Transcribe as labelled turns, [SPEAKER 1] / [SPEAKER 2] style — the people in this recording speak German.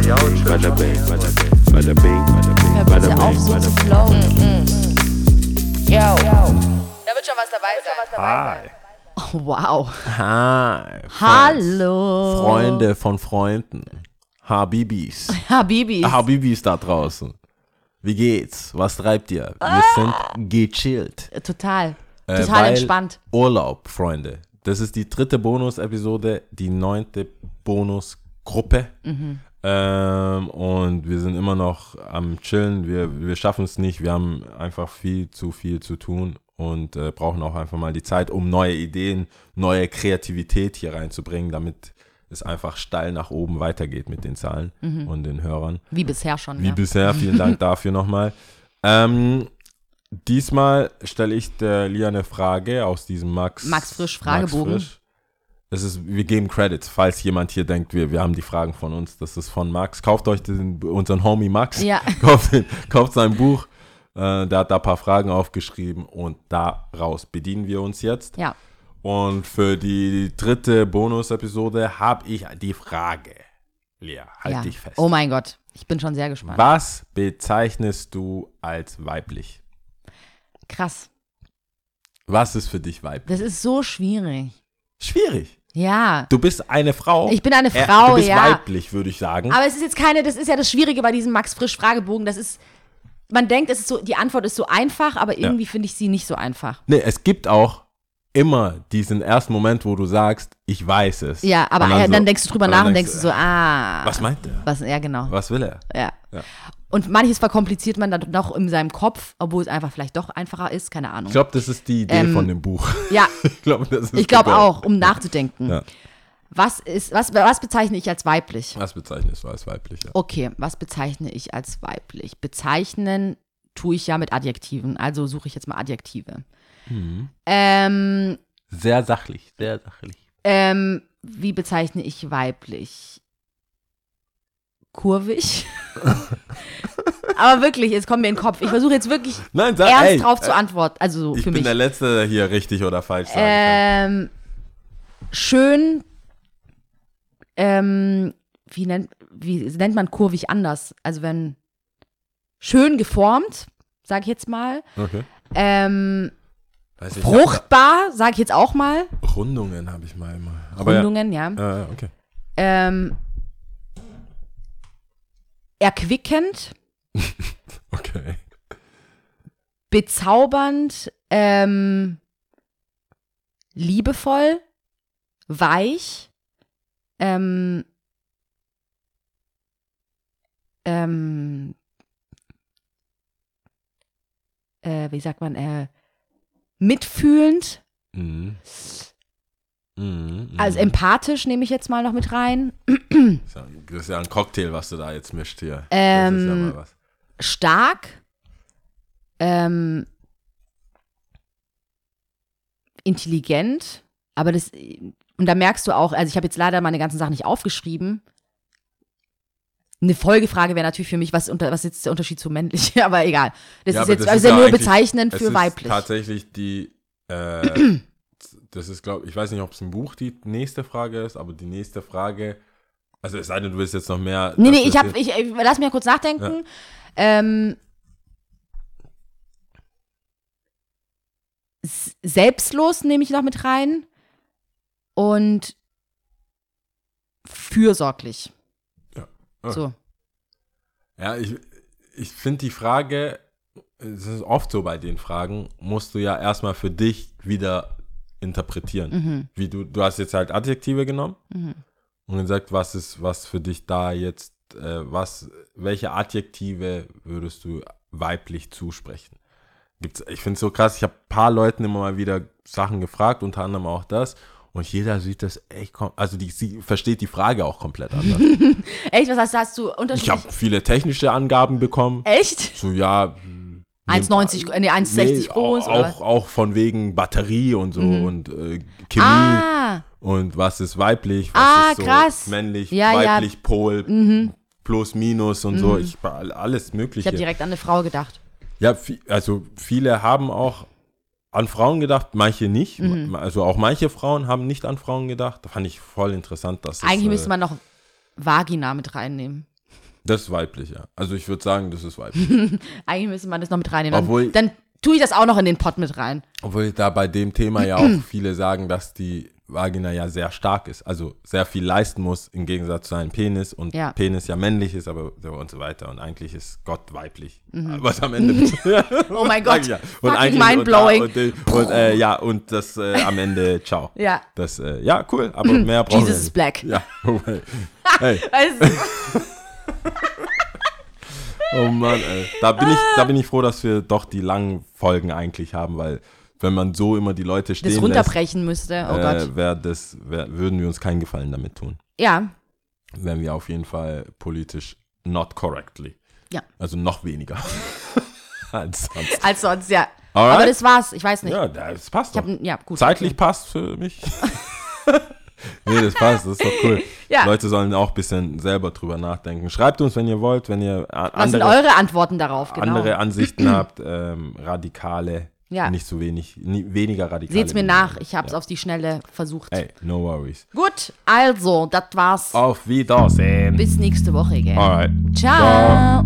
[SPEAKER 1] Bada bing, bada bing, bada bing, bada bing,
[SPEAKER 2] Hör
[SPEAKER 1] bada
[SPEAKER 2] bitte auf,
[SPEAKER 1] bing,
[SPEAKER 2] so
[SPEAKER 1] bada
[SPEAKER 2] zu
[SPEAKER 1] bing.
[SPEAKER 2] flowen.
[SPEAKER 3] Yo. Da wird schon was dabei sein.
[SPEAKER 4] Hi.
[SPEAKER 2] Wow.
[SPEAKER 4] Hi.
[SPEAKER 2] Hallo.
[SPEAKER 4] Freunde von Freunden. Habibis.
[SPEAKER 2] Habibis.
[SPEAKER 4] Habibis da draußen. Wie geht's? Was treibt ihr? Wir sind gechillt.
[SPEAKER 2] Total.
[SPEAKER 4] Äh,
[SPEAKER 2] Total
[SPEAKER 4] weil
[SPEAKER 2] entspannt.
[SPEAKER 4] Urlaub, Freunde. Das ist die dritte Bonus-Episode, die neunte Bonus-Gruppe.
[SPEAKER 2] Mhm.
[SPEAKER 4] Ähm, und wir sind immer noch am Chillen. Wir, wir schaffen es nicht. Wir haben einfach viel zu viel zu tun und äh, brauchen auch einfach mal die Zeit, um neue Ideen, neue Kreativität hier reinzubringen, damit es einfach steil nach oben weitergeht mit den Zahlen
[SPEAKER 2] Mhm.
[SPEAKER 4] und den Hörern.
[SPEAKER 2] Wie bisher schon. ne?
[SPEAKER 4] Wie
[SPEAKER 2] ja.
[SPEAKER 4] bisher, vielen Dank dafür nochmal. Ähm, diesmal stelle ich der Lia eine Frage aus diesem Max.
[SPEAKER 2] Max Frisch Fragebogen.
[SPEAKER 4] Frisch. Es ist, wir geben Credits, falls jemand hier denkt, wir, wir haben die Fragen von uns. Das ist von Max. Kauft euch den, unseren Homie Max.
[SPEAKER 2] Ja.
[SPEAKER 4] Kauft, kauft sein Buch. Äh, der hat da ein paar Fragen aufgeschrieben und daraus bedienen wir uns jetzt.
[SPEAKER 2] ja.
[SPEAKER 4] Und für die dritte Bonus-Episode habe ich die Frage. Lia, halt
[SPEAKER 2] ja.
[SPEAKER 4] dich fest.
[SPEAKER 2] Oh mein Gott. Ich bin schon sehr gespannt.
[SPEAKER 4] Was bezeichnest du als weiblich?
[SPEAKER 2] Krass.
[SPEAKER 4] Was ist für dich weiblich?
[SPEAKER 2] Das ist so schwierig.
[SPEAKER 4] Schwierig.
[SPEAKER 2] Ja.
[SPEAKER 4] Du bist eine Frau.
[SPEAKER 2] Ich bin eine
[SPEAKER 4] Äh,
[SPEAKER 2] Frau,
[SPEAKER 4] du bist
[SPEAKER 2] Oh. ja.
[SPEAKER 4] weiblich, würde ich sagen.
[SPEAKER 2] Aber es ist jetzt keine, das ist ja das Schwierige bei diesem Max Frisch Fragebogen. Das ist, man denkt, es ist so, die Antwort ist so einfach, aber irgendwie finde ich sie nicht so einfach.
[SPEAKER 4] nee, es gibt auch immer diesen ersten Moment, wo du sagst, ich weiß es.
[SPEAKER 2] Ja, aber äh, halt,
[SPEAKER 4] Und
[SPEAKER 2] dann,
[SPEAKER 4] so-
[SPEAKER 2] denkst du drüber
[SPEAKER 4] und
[SPEAKER 2] nach
[SPEAKER 4] dann äh,
[SPEAKER 2] und denkst du so, ah.
[SPEAKER 4] Was meint er?
[SPEAKER 2] Was, ja, genau.
[SPEAKER 4] Was will er?
[SPEAKER 2] Ja.
[SPEAKER 4] Ja.
[SPEAKER 2] Und manches verkompliziert man dann noch in seinem Kopf, obwohl es einfach vielleicht doch einfacher ist, keine Ahnung.
[SPEAKER 4] Ich glaube, das ist die Idee
[SPEAKER 2] Ähm,
[SPEAKER 4] von dem Buch.
[SPEAKER 2] ja,
[SPEAKER 4] Ich glaube das ist
[SPEAKER 2] ich glaube
[SPEAKER 4] genau-
[SPEAKER 2] auch, um nachzudenken.
[SPEAKER 4] Ja.
[SPEAKER 2] Was ist, was, was bezeichne ich als weiblich?
[SPEAKER 4] Was bezeichnest du als weiblich? Ja.
[SPEAKER 2] Okay, was bezeichne ich als weiblich? Bezeichnen tue ich ja mit Adjektiven, also suche ich jetzt mal Adjektive.
[SPEAKER 4] Mhm.
[SPEAKER 2] Ähm,
[SPEAKER 4] Sehr sachlich, sehr sachlich.
[SPEAKER 2] ähm, wie bezeichne ich weiblich? Kurvig? Aber wirklich, es kommt mir in den Kopf. Ich versuche jetzt wirklich
[SPEAKER 4] Nein, sag
[SPEAKER 2] ernst
[SPEAKER 4] ey,
[SPEAKER 2] drauf zu
[SPEAKER 4] äh,
[SPEAKER 2] antworten. Also so
[SPEAKER 4] Ich
[SPEAKER 2] für
[SPEAKER 4] bin
[SPEAKER 2] mich.
[SPEAKER 4] der Letzte, der hier richtig oder falsch sagen kann.
[SPEAKER 2] Ähm, schön, ähm, wie, nennt, wie nennt man kurvig anders? Also wenn schön geformt, sag ich jetzt mal.
[SPEAKER 4] Okay.
[SPEAKER 2] Ähm,
[SPEAKER 4] Weiß ich,
[SPEAKER 2] fruchtbar, sag ich jetzt auch mal.
[SPEAKER 4] Rundungen habe ich mal immer. Aber
[SPEAKER 2] Rundungen, ja.
[SPEAKER 4] Ja, ja, ja, okay.
[SPEAKER 2] Ähm, erquickend,
[SPEAKER 4] Okay.
[SPEAKER 2] bezaubernd, ähm, liebevoll, weich, ähm, ähm, äh, wie sagt man, äh, mitfühlend,
[SPEAKER 4] Mhm. Mhm, mhm.
[SPEAKER 2] also empathisch nehme ich jetzt mal noch mit rein,
[SPEAKER 4] Das ist ja- das ist ja ein Cocktail, was du da jetzt mischt hier. das ist ja
[SPEAKER 2] Ähm,
[SPEAKER 4] mal was.
[SPEAKER 2] stark, ähm, intelligent, aber das, und da merkst du auch, also ich habe jetzt leider meine ganzen Sachen nicht aufgeschrieben. Eine Folgefrage wäre natürlich für mich, was, unter, was ist jetzt der Unterschied zu männlich, aber egal. Das
[SPEAKER 4] Ja,
[SPEAKER 2] ist
[SPEAKER 4] aber
[SPEAKER 2] jetzt
[SPEAKER 4] das
[SPEAKER 2] also
[SPEAKER 4] ist ja
[SPEAKER 2] nur
[SPEAKER 4] eigentlich-
[SPEAKER 2] bezeichnend
[SPEAKER 4] Es
[SPEAKER 2] für
[SPEAKER 4] ist
[SPEAKER 2] weiblich.
[SPEAKER 4] Tatsächlich die. Äh, das ist, glaube ich, weiß nicht, ob es im Buch die nächste Frage ist, aber die nächste Frage. Also, es sei denn, du willst jetzt noch mehr.
[SPEAKER 2] Nee,
[SPEAKER 4] dass
[SPEAKER 2] nee, ich
[SPEAKER 4] das
[SPEAKER 2] habe,
[SPEAKER 4] jetzt-
[SPEAKER 2] ich, ich, lass mich mal kurz nachdenken. Ähm, s- selbstlos nehme ich noch mit rein und fürsorglich.
[SPEAKER 4] Ja. Ah.
[SPEAKER 2] So.
[SPEAKER 4] Ja, ich, ich finde die Frage, es ist oft so bei den Fragen, musst du ja erstmal für dich wieder interpretieren.
[SPEAKER 2] mhm,
[SPEAKER 4] Wie du, du hast jetzt halt Adjektive genommen und gesagt, was ist, was für dich da jetzt, äh, was, welche Adjektive würdest du weiblich zusprechen? Gibt's, ich finde es so krass, ich habe paar Leuten immer mal wieder Sachen gefragt, unter anderem auch das. Und jeder sieht das echt, kom- also die, sie versteht die Frage auch komplett anders.
[SPEAKER 2] Echt, was hast, hast du
[SPEAKER 4] Ich
[SPEAKER 2] unterschiedlich?
[SPEAKER 4] habe viele technische Angaben bekommen.
[SPEAKER 2] Echt?
[SPEAKER 4] So, ja.
[SPEAKER 2] 1,90, nee, 1,60 groß,
[SPEAKER 4] Auch,
[SPEAKER 2] oder?
[SPEAKER 4] äh,
[SPEAKER 2] Mhm.
[SPEAKER 4] auch, auch von wegen Batterie und so und äh, Chemie
[SPEAKER 2] Ah,
[SPEAKER 4] und was ist weiblich, was
[SPEAKER 2] Ah,
[SPEAKER 4] ist so
[SPEAKER 2] krass.
[SPEAKER 4] männlich,
[SPEAKER 2] Ja, ja. Mhm.
[SPEAKER 4] weiblich, Pol, plus, minus und so. Ich, alles
[SPEAKER 2] ich
[SPEAKER 4] Mögliche.
[SPEAKER 2] habe direkt an eine Frau gedacht.
[SPEAKER 4] Ja, vi- also viele haben auch an Frauen gedacht, manche nicht.
[SPEAKER 2] Mhm.
[SPEAKER 4] Ma- Also auch manche Frauen haben nicht an Frauen gedacht. Da fand ich voll interessant, dass es,
[SPEAKER 2] Eigentlich
[SPEAKER 4] äh,
[SPEAKER 2] müsste man noch Vagina mit reinnehmen.
[SPEAKER 4] Das ist weiblich, ja. Also ich würde sagen, das ist weiblich.
[SPEAKER 2] Eigentlich müsste man das noch mit reinnehmen.
[SPEAKER 4] Obwohl-
[SPEAKER 2] dann, dann tue ich das auch noch in den Pott mit rein.
[SPEAKER 4] Obwohl da bei dem Thema ja auch viele sagen, dass die Vagina ja sehr stark ist, also sehr viel leisten muss im Gegensatz zu einem Penis und
[SPEAKER 2] Ja.
[SPEAKER 4] Penis ja männlich ist, aber so und so weiter und eigentlich ist Gott weiblich. Was am Ende. oh
[SPEAKER 2] Mhm. mein Gott.
[SPEAKER 4] Ja.
[SPEAKER 2] Fucking
[SPEAKER 4] Und eigentlich
[SPEAKER 2] mindblowing.
[SPEAKER 4] Und, äh, und, und äh, ja und das äh, am Ende ciao.
[SPEAKER 2] Ja.
[SPEAKER 4] Das äh, ja cool, aber mehr brauchen
[SPEAKER 2] Jesus is
[SPEAKER 4] wir.
[SPEAKER 2] black.
[SPEAKER 4] nicht. Ja. Oh, ey. hey,
[SPEAKER 2] Also,
[SPEAKER 4] oh Mann, ey. da bin ich da bin ich froh, dass wir doch die langen Folgen eigentlich haben, weil wenn man so immer die Leute stehen
[SPEAKER 2] das
[SPEAKER 4] lässt,
[SPEAKER 2] runterbrechen müsste. Oh Gott.
[SPEAKER 4] äh, wär das, wär, würden wir uns keinen Gefallen damit tun.
[SPEAKER 2] Ja,
[SPEAKER 4] Wären wir auf jeden Fall politisch not correctly.
[SPEAKER 2] Ja.
[SPEAKER 4] Also noch weniger. als sonst.
[SPEAKER 2] als sonst, ja.
[SPEAKER 4] Alright.
[SPEAKER 2] Aber das war's. Ich weiß nicht.
[SPEAKER 4] Ja, das passt
[SPEAKER 2] Ich
[SPEAKER 4] doch.
[SPEAKER 2] hab, ja, gut.
[SPEAKER 4] Zeitlich passt für mich. nee, das passt, das ist doch cool.
[SPEAKER 2] Ja.
[SPEAKER 4] Leute sollen auch ein bisschen selber drüber nachdenken. Schreibt uns, wenn ihr wollt, wenn ihr a-
[SPEAKER 2] Was sind
[SPEAKER 4] andere,
[SPEAKER 2] eure Antworten darauf? Genau.
[SPEAKER 4] andere Ansichten habt, ähm, radikale,
[SPEAKER 2] Ja.
[SPEAKER 4] nicht so wenig, nie, weniger radikale.
[SPEAKER 2] Seht's mir
[SPEAKER 4] Dinge.
[SPEAKER 2] nach. Ich hab's auf die Schnelle versucht.
[SPEAKER 4] Ey, Oh. no worries.
[SPEAKER 2] Gut, also, das war's.
[SPEAKER 4] Auf Wiedersehen. Oh.
[SPEAKER 2] Bis nächste Woche, gell?
[SPEAKER 4] Alright.
[SPEAKER 2] Ciao.